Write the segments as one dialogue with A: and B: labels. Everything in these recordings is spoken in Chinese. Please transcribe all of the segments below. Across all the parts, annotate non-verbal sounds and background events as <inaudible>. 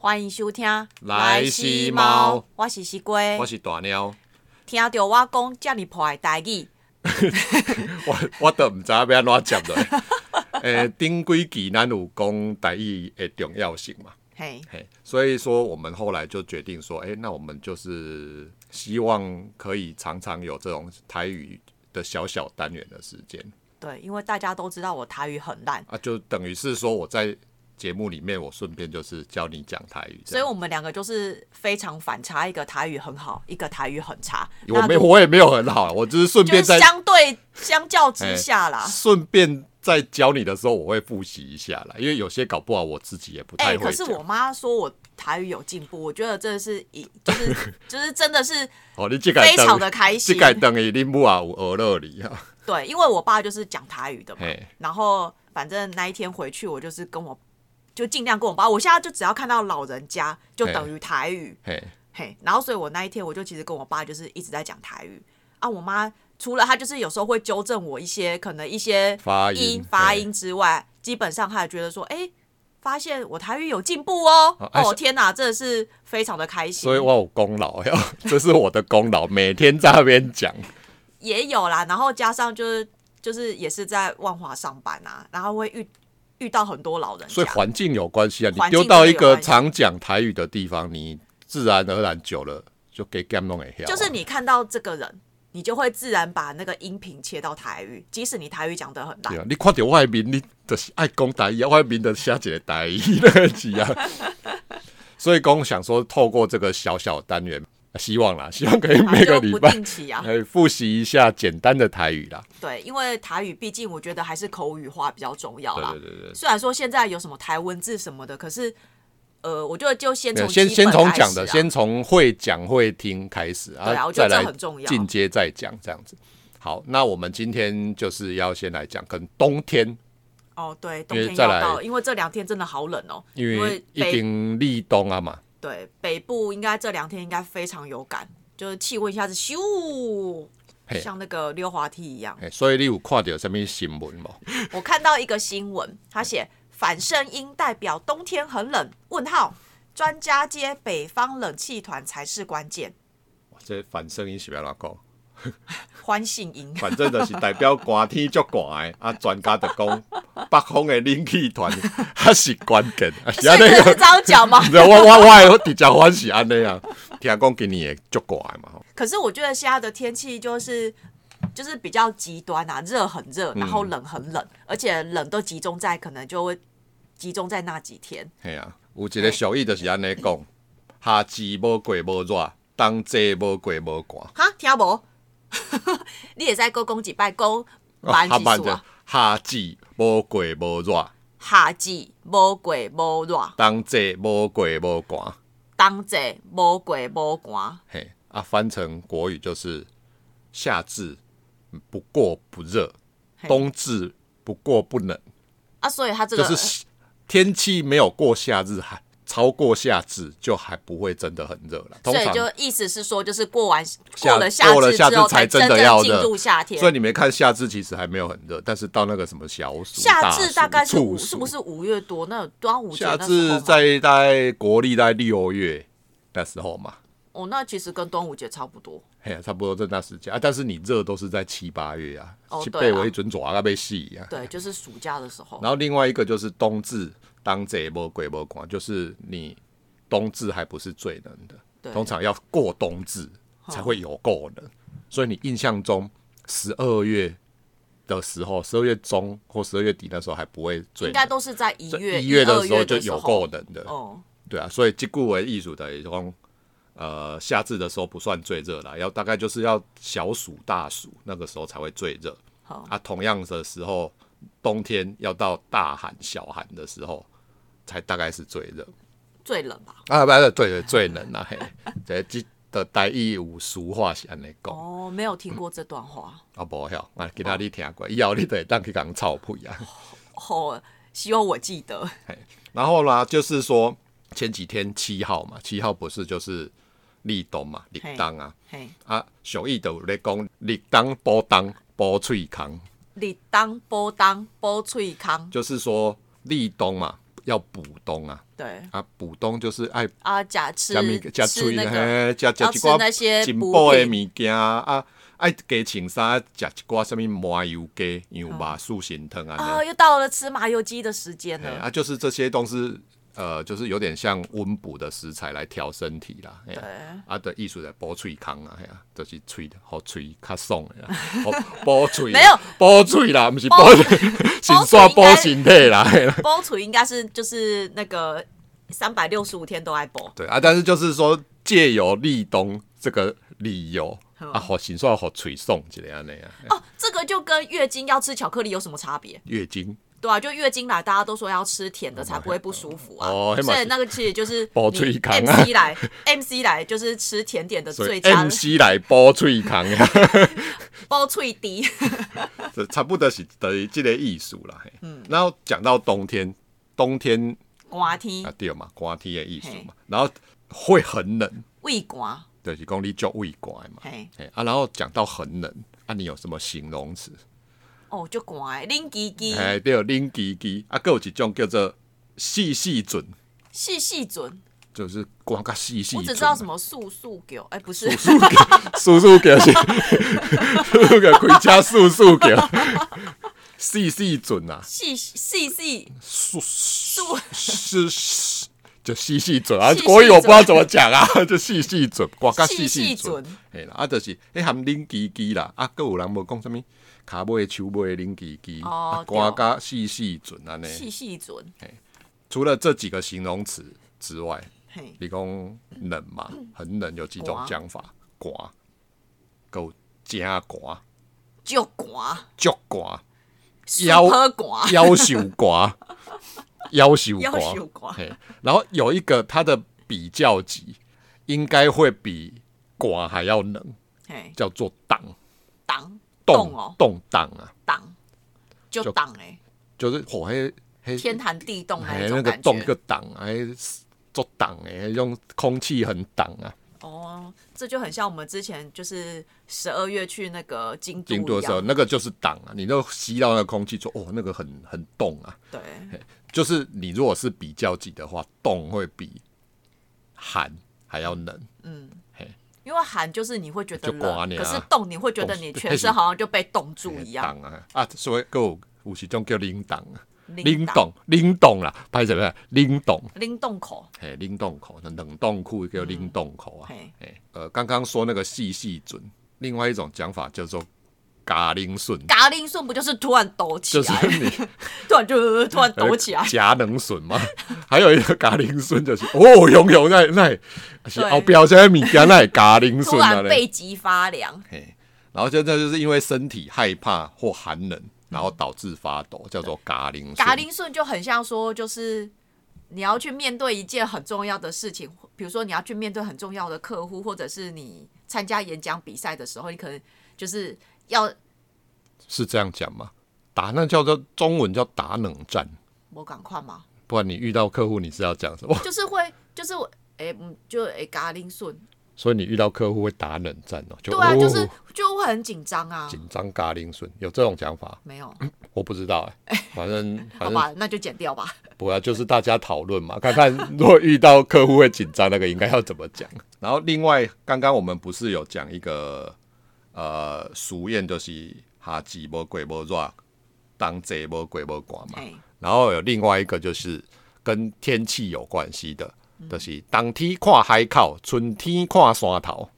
A: 欢迎收听《
B: 来西猫
A: 我是西龟
B: 我。是大鸟，
A: 听到我讲遮尔破的代志，
B: 我我都毋知影要安怎接落。诶、顶几期咱有讲台语的重要性嘛，
A: 嘿，
B: 嘿，所以说我们后来就决定说，诶、那我们就是希望可以常常有这种台语的小小单元的时间
A: 对，因为大家都知道我台语很烂，
B: 啊，就等于是说我在节目里面，我顺便就是教你讲台语这
A: 所以
B: 样。
A: 我们两个就是非常反差，一个台语很好，一个台语很差。
B: 我没
A: 那
B: 有，我也没有很好，我只是顺
A: 就
B: 便
A: 是
B: 在
A: 相对相较之下啦。
B: 顺便在教你的时候，我会复习一下啦，因为有些搞不好我自己也不
A: 哎、
B: 太
A: 可
B: 会
A: 是
B: 讲。
A: 我妈说我台语有进步，我觉得这是一就是 <laughs> 就是真的
B: <laughs>
A: 是
B: 哦，你这个
A: 非
B: 等
A: 常的开
B: 这
A: 心。
B: 个等于你母啊有学乐你啊，
A: 对，因为我爸就是讲台语的嘛
B: 嘿，
A: 然后反正那一天回去，我就是跟我就尽量跟我爸，我现在就只要看到老人家，就等于台语，
B: 嘿，
A: 嘿，然后所以我那一天我就其实跟我爸就是一直在讲台语啊，我妈除了她就是有时候会纠正我一些可能一些
B: 发音
A: 音
B: 嘿
A: 发音之外，基本上她也觉得说，哎。发现我台语有进步哦！
B: 啊哎
A: 哦天哪，真的是非常的开心。
B: 所以我有功劳哟， <laughs> 这是我的功劳，每天在那边讲，
A: 也有啦，然后加上就是就是也是在万华上班啊，然后会遇遇到很多老人
B: 所
A: 家
B: 以，环境有关系啊。你
A: 环境
B: 丢到一
A: 真的有
B: 个
A: 关系
B: 常讲台语的地方，你自然而然久了就给 game 弄啊一下。
A: 就是你看到这个人，你就会自然把那个音频切到台语，即使你台语讲得很烂
B: 对，啊，你看到外面，你就是爱讲台语啊，外面的写一个台语 <laughs> 那字啊。所以讲想说，透过这个小小单元，希望啦，希望可以
A: 啊
B: <laughs> 每
A: 就
B: 个礼
A: 不
B: 拜
A: 定期
B: <laughs>
A: 啊。
B: 来复习一下简单的台语啦。
A: 对，因为台语毕竟我觉得还是口语化比较重要
B: 对
A: 啦。
B: 对对对。
A: 虽然说现在有什么台文字什么的，可是呃，我觉得就先
B: 没
A: 从
B: 有，先
A: 基本
B: 先从
A: 开
B: 讲
A: 始
B: 的，
A: 啊
B: 先从会讲会听开始
A: 对啊我觉
B: 再
A: 得
B: 来
A: 这很重要
B: 进阶再讲这样子。好，那我们今天就是要先来讲跟冬天，
A: 哦，对，冬
B: 因为
A: 天
B: 再
A: 要
B: 来
A: 到了，因为这两天真的好冷哦，
B: 因
A: 因
B: 为已
A: 北
B: 经立冬啊嘛，
A: 对，北部应该这两天应该非常有感，就是气温一下子咻，
B: 嘿
A: 像那个溜滑梯一样。
B: 嘿哎所以你有看到什么新闻无？
A: 我看到一个新闻，他写反声音代表冬天很冷？问号，专家接北方冷气团才是关键。
B: 哇这反声音是要怎讲？
A: 欢庆音，
B: 反正就是代表寒天足寒的，啊，专家就讲北方的冷气团 <laughs> 还是关
A: <laughs>
B: 键。啊是
A: 所以
B: 安尼
A: 真的是这样讲吗？ <laughs>
B: 你知道我我我我直接反是安尼啊，听讲今年会足寒的嘛吼。
A: 可是我觉得现在的天气就是。就是比较极端啊，热很热，然后冷很冷，而且冷都集中在可能就会集中在那几天。
B: 嘿啊，有一个俗语就是安尼讲：夏至无过无热，冬至无过无寒。
A: 哈，听无？ <laughs> 你也在讲讲几摆讲慢
B: 较
A: 几
B: 慢
A: 数啊？
B: 夏至无过无热，
A: 夏季无过无热，
B: 冬至无过无寒。
A: 冬季无过无寒。
B: 嘿，啊，翻成国语就是夏至不过不热，
A: 嘿
B: 冬至不过不冷，
A: 啊，所以它这
B: 就
A: 个
B: 是天气没有过夏至还。超过夏至就还不会真的很热了，通
A: 所以
B: 常
A: 就意思是说，就是过完
B: 夏
A: 过了夏
B: 过了夏
A: 之后，
B: 至才
A: 真
B: 真的要
A: 进
B: 热
A: 入夏天
B: 所以。你没看夏至其实还没有很热，但是到那个什么小暑、
A: 夏至
B: 暑
A: 大概是
B: 处
A: 五，是不
B: 暑
A: 是五月多？那端午节
B: 夏
A: 那时候
B: 至
A: 嘛
B: 在在国历在六月那时候嘛，
A: 哦，那其实跟端午节差不多。
B: 嘿呀，差不多在那时间啊。但是你热都是在七八月啊，
A: 哦
B: 七
A: 对
B: 被
A: 啊
B: 为准爪啊被戏一样。
A: 对，就是暑假的时候。
B: 然后另外一个就是冬至，当节无鬼无寒，就是你冬至还不是最冷
A: 对
B: 的，通常要过冬至才会有够冷。所以你印象中十二月的时候，十二月中或十二月底那时候还不会最
A: 应该
B: 冷。
A: 都是在一
B: 这
A: 月、
B: 一
A: 一
B: 月
A: 二
B: 的时候
A: 月
B: 就
A: 的时
B: 有
A: 候。
B: 够冷的，
A: 哦，
B: 对啊，所以即故为艺术的也讲，呃，夏至的时候不算最热啦，要大概就是要小暑大暑那个时候才会最热。
A: 好
B: 啊，同样的时候，冬天要到大寒小寒的时候，才大概是最热
A: 最冷吧？
B: 啊，不是对对最冷啊，嘿，这即的台语有俗话是安尼讲，
A: 哦，没有听过这段话。
B: 啊无晓啊，今仔你听过，以后你就会当去讲臭屁啊。 <laughs>
A: 哦，希望我记得。
B: 然后啦，就是说前几天七号嘛，七号不是就是立冬嘛，立
A: 嘿
B: 冬啊。
A: 嘿，
B: 啊，俗语就有咧讲，立冬补冬补喙空，
A: 立冬、波冬、波脆康。
B: 就是说立冬嘛，要补冬啊
A: 对
B: 啊，补冬就是爱
A: 啊，假吃
B: 加面加
A: 吃
B: 水
A: 那
B: 嘿，
A: 个
B: 加加
A: 要
B: 一
A: 吃
B: 寡
A: 那些
B: 进
A: 补
B: 补的
A: 品
B: 物件啊，啊爱加穿衫，食一寡什物麻油鸡、羊
A: 哦
B: 肉素心汤啊。
A: 啊，又到了吃麻油鸡的时间
B: 哎
A: 了。
B: 啊，就是这些东西，呃，就是有点像温补的食材来调身体啦。哎呀啊，的艺术在补喙康啊，哎呀，就是喙的，好喙较爽的啦，好补喙啦。
A: 没有
B: 补喙啦， <laughs> 不是补
A: 补，
B: 先刷补
A: 补嘴
B: 身体啦。嘿啦
A: 包厨应该是就是那个三百六十五天都在包，
B: 对啊，但是就是说借由立冬这个理由
A: 好
B: 啊，好先刷好喙爽一个安尼啊。
A: 哦，这个就跟月经要吃巧克力有什么差别？
B: 月经
A: 对啊，就月经来，大家都说要吃甜
B: 哦
A: 的才不会不舒服啊。
B: 哦那嘛
A: 所
B: 是
A: 以那个其实
B: <laughs>
A: 就是
B: 补
A: 你
B: 嘴空啊
A: MC 来，MC 来就是吃甜点的
B: 所以
A: 最佳
B: MC 来补喙康啊，
A: 包脆滴。
B: 这 <laughs> 差不多是等于这个艺术啦。嘿
A: 嗯
B: 然后讲到冬天，冬天
A: 寒天
B: 啊，对嘛，寒天的意思嘛，然后会很冷，
A: 胃寒，
B: 就是讲你足畏寒的嘛，
A: 嘿，
B: 嘿啊，然后讲到很冷，啊，你有什么形容词？
A: 哦，就寒的，冷叽叽，
B: 哎，对，冷叽叽，啊，还有一种叫做细细准，
A: 细细准。
B: 就是光个细细
A: 我
B: 准。
A: 只知道什么素素狗，哎，不是，
B: 速速给，是速速给开车速速给，细细准啊，
A: 细细细
B: 速
A: 速
B: 是是。就细细准啊
A: 细，细
B: 国语我不知道
A: 准
B: 怎么讲啊，就细细准，光个细
A: 细
B: 细
A: 细
B: 准
A: 准。，
B: 嘿啦，啊，就是迄含冷叽叽啦，啊，佫有人无讲啥物，骹尾、手尾冷叽叽，
A: 哦
B: 啊，歌甲细细准安尼。
A: 细细准，
B: 除了这几个形容词之外，
A: 嘿，
B: 你讲冷嘛，很冷有几种
A: 寒
B: 讲法，寒，够真寒、
A: 就寒，
B: 足寒、腰
A: 腰寒，
B: 夭寿寒、
A: <laughs>
B: 夭寿
A: 夭寿
B: 寒，
A: 寒
B: 嘿，然后有一个它的比较级，应该会比寒还要冷，
A: 嘿，
B: 叫做冻，
A: 挡
B: 冻
A: 冻哦，
B: 冻挡啊。
A: 挡就
B: 就
A: 挡哎，
B: 就是火黑黑
A: 天寒地冻那一
B: 那
A: 种
B: 个
A: 感
B: 洞个
A: 觉。
B: 挡，哎，做挡哎，用空气很挡啊。
A: 哦，这就很像我们之前就是十二月去那个京
B: 进度
A: 一
B: 的时候，
A: 样，
B: 那个就是挡啊，你都吸到那个空气，就哦，那个很很冻啊。
A: 对，
B: 就是你如果是比较级的话，冻会比寒还要冷。
A: 因为寒就是你会觉得
B: 就寒
A: 冷，
B: 而已
A: 可
B: 啊
A: 是冻你会觉得你全身好像就被冻住一样。
B: 挡啊啊，所以够有一种叫冷冻啊，
A: 拎
B: 冷冻冷冻啦，拍什么？冷冻。
A: 拎洞口，
B: 嘿，冷冻口，那冷冻库叫冷冻口啊。
A: 嘿
B: 嘿，呃，刚刚说那个细细准，另外一种讲法叫做嘎铃笋，
A: 嘎铃顺不就是突然抖起
B: 就
A: 来，<laughs>
B: 是你呃
A: 突然就突然抖起来，
B: <laughs> 夹能笋嘛。还有一个嘎铃笋，就是 <laughs> 哦，熊熊那那，是
A: 对
B: 后表现在米家那嘎铃
A: 突
B: 笋啊
A: 然
B: 嘞。
A: 背脊发凉，
B: 嘿，然后现在就是因为身体害怕或寒冷，然后导致发抖，叫做嘎铃笋。
A: 嘎铃顺就很像说，就是你要去面对一件很重要的事情，比如说你要去面对很重要的客户，或者是你参加演讲比赛的时候，你可能就是要
B: 是这样讲吗？打那叫做中文叫打冷战，
A: 我赶快嘛，
B: 不然你遇到客户你是要讲什么？
A: 就是会就是我哎、嗯，就哎、嘎铃顺，
B: 所以你遇到客户会打冷战哦，就
A: 对啊，
B: 哦
A: 就是就会很紧张啊，
B: 紧张嘎铃顺，有这种讲法，
A: 没有，
B: 我不知道
A: <laughs>
B: 哎、反正
A: 好
B: 反正
A: 吧，那就剪掉
B: <laughs>
A: 吧。
B: 不要，就是大家讨论嘛，看 <laughs> 看如果遇到客户会紧张，那个应该要怎么讲。然后另外，刚刚我们不是有讲一个呃俗谚，就是哈鸡无鬼无热，当贼无鬼无寒嘛。
A: 哎，
B: 然后有另外一个就是跟天气有关系的，就是当天看海口，春天看山头。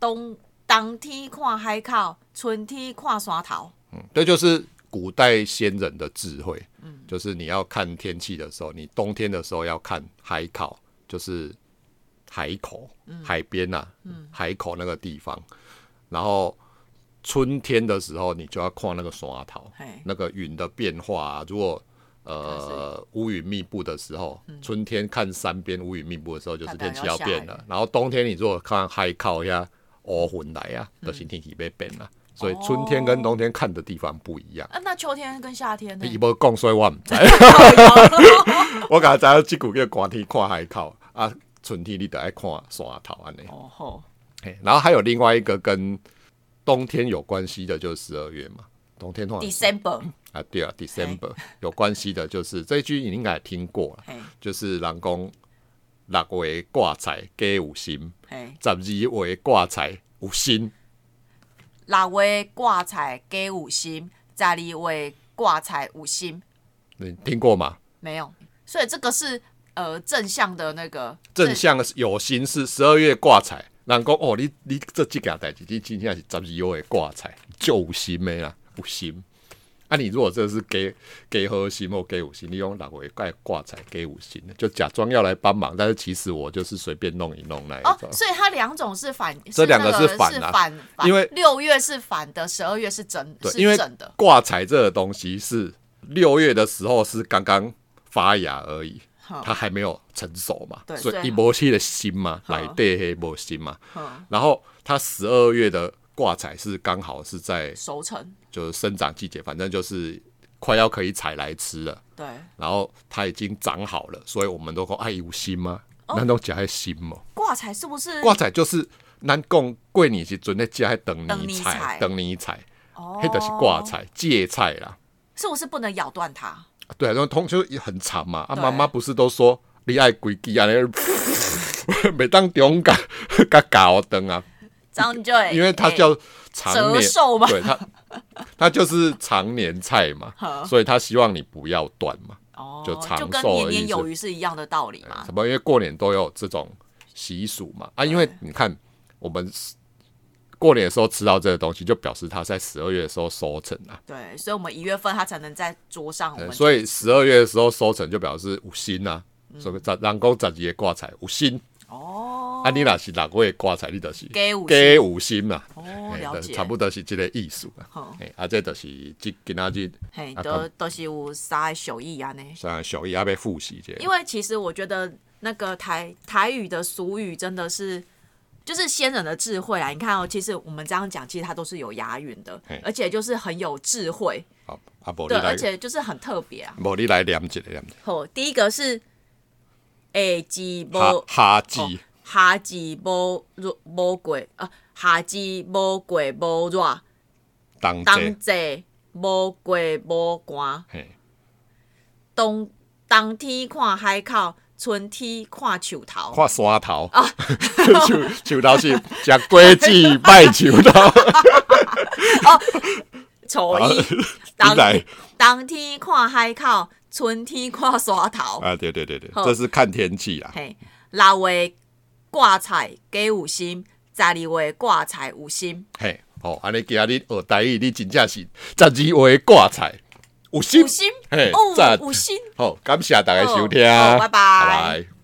A: 冬冬天看海口，春天看山头，
B: 这嗯就是古代先人的智慧。就是你要看天气的时候，你冬天的时候要看海口，就是海口、
A: 嗯
B: 海边呐、海口那个地方。然后春天的时候，你就要看那个山头
A: 嘿，
B: 那个云的变化、啊。如果呃乌云密布的时候，春天看山边乌云密布的时候，就是
A: 代表
B: 天气
A: 嗯要
B: 要
A: 下
B: 变
A: 雨
B: 了。然后冬天你如果看海口呀、乌云来呀、就是天气被变了。所以春天跟冬天看的地方不一样。
A: 啊，那秋天跟夏天呢？
B: 伊无讲，所以我毋知。 <laughs> 我敢知影即句叫寒天看海口啊，春天你得爱看山头安尼。
A: 哦吼，
B: 嘿然后还有另外一个跟冬天有关系的，就是十二月嘛。冬天通常
A: December，
B: 啊，对啊，December 有关系的，就是这一句你应该也听过了，
A: 嘿，
B: 就是人讲六月挂彩皆有心，
A: 嘿，
B: 十二月挂彩有心，
A: 六月挂彩给五星，十二月挂彩五星，
B: 你听过吗？
A: 没有，所以这个是呃正向的那个
B: 正向是有心是十二月挂彩，人讲哦，你你这几件代志，你真正是十二月挂彩，就有心的啦，有心。啊，你如果这是给给核心或给五星，你用六月挂挂彩给五星，就假装要来帮忙，但是其实我就是随便弄一弄那一
A: 哦
B: 种。，
A: 所以它两种是反，
B: 这两个
A: 个
B: 是
A: 是
B: 反啊
A: 反反
B: 因为
A: 六月是反的，十二月是整，
B: 对，
A: 是
B: 因为
A: 整的。
B: 挂彩这个东西是六月的时候是刚刚发芽而已，
A: 好
B: 它还没有成熟嘛，
A: 哦对
B: 所
A: 所
B: 以
A: 以
B: 一波期的心嘛，
A: 好
B: 来对黑波心嘛，
A: 嗯，
B: 然后它十二月的挂彩是刚好是在
A: 熟成，
B: 就是生长季节，反正就是快要可以采来吃了，
A: 对，
B: 然后它已经长好了，所以我们都说哎有心吗？
A: 哦
B: 难道假还心吗？
A: 挂彩是不是？
B: 挂彩就是咱讲过年时阵咧食迄等
A: 长
B: 泥
A: 泥
B: 菜，
A: 菜
B: 等泥菜，
A: 哦，
B: 迄就是挂，彩芥菜啦。
A: 是不是不能咬断它？
B: 对啊，然后通就也很长嘛。啊，
A: 对
B: 妈妈不是都说你爱规矩啊，你 <laughs> 每当 <laughs> 中甲甲搞灯啊，
A: 这样就会
B: 因为它
A: 欸
B: 叫常年
A: 折寿嘛 <laughs>
B: 对它，它就是常年菜嘛，
A: 好
B: 所以它希望你不要断嘛。
A: 哦，
B: 就长寿
A: 跟
B: 的
A: 年
B: 意
A: 年
B: 思哎
A: 有余是一样的道理嘛
B: 什。么？因为过年都有这种习俗嘛啊，因为你看我们过年的时候吃到这个东西，就表示它在十二月的时候收成啊。
A: 对，所以我们一月份它才能在桌上，我
B: 呃
A: 们
B: 所以十二月的时候收成就表示五星啊，
A: 嗯
B: 所以咱人讲十二月挂彩五星。
A: 哦，
B: 啊，你若是六月挂彩，你就是
A: 加五星
B: 加五星嘛。
A: 哦，
B: 嘿
A: 了
B: 就是
A: 解，
B: 差不多是这个意思啦
A: 好。
B: 嘿啊，这就是即今仔日
A: 嘿，
B: 啊
A: 都都是有啥手艺啊呢？
B: 像小易要被复习一
A: 因
B: 下。
A: 为其实我觉得那个台台语的俗语真的是。就是先人的智慧啊！你看哦，其实我们这样讲，其实它都是有押韵的
B: 嘿，
A: 而且就是很有智慧，
B: 好，啊，无你
A: 对，而
B: 来，
A: 且就是很特别啊。
B: 无你来念一个念一
A: 好，第一个是“诶，鸡
B: 个。哈
A: 无哦
B: 哈鸡，
A: 下季无热无过啊，下季无过无热，
B: 当
A: 冬
B: 节，
A: 季无过无寒，
B: 嘿，
A: 冬冬天看海口，春天看树头。
B: 看山头。
A: 哦
B: <laughs> 树树头是食果子
A: <laughs>
B: 拜树头，啊
A: 初一
B: 你来
A: 冬冬天看海口，春天看山头。
B: 啊，对对对对，
A: 好
B: 这是看天气啊。
A: 嘿，六月挂菜给有心，十二月挂菜有心。
B: 嘿，哦，安尼今仔日学台语，你真正是十二月挂彩，有心
A: 有心
B: 嘿
A: 哦
B: 赞，
A: 有心。
B: 好，感谢大家收听，
A: 好好拜拜
B: 拜拜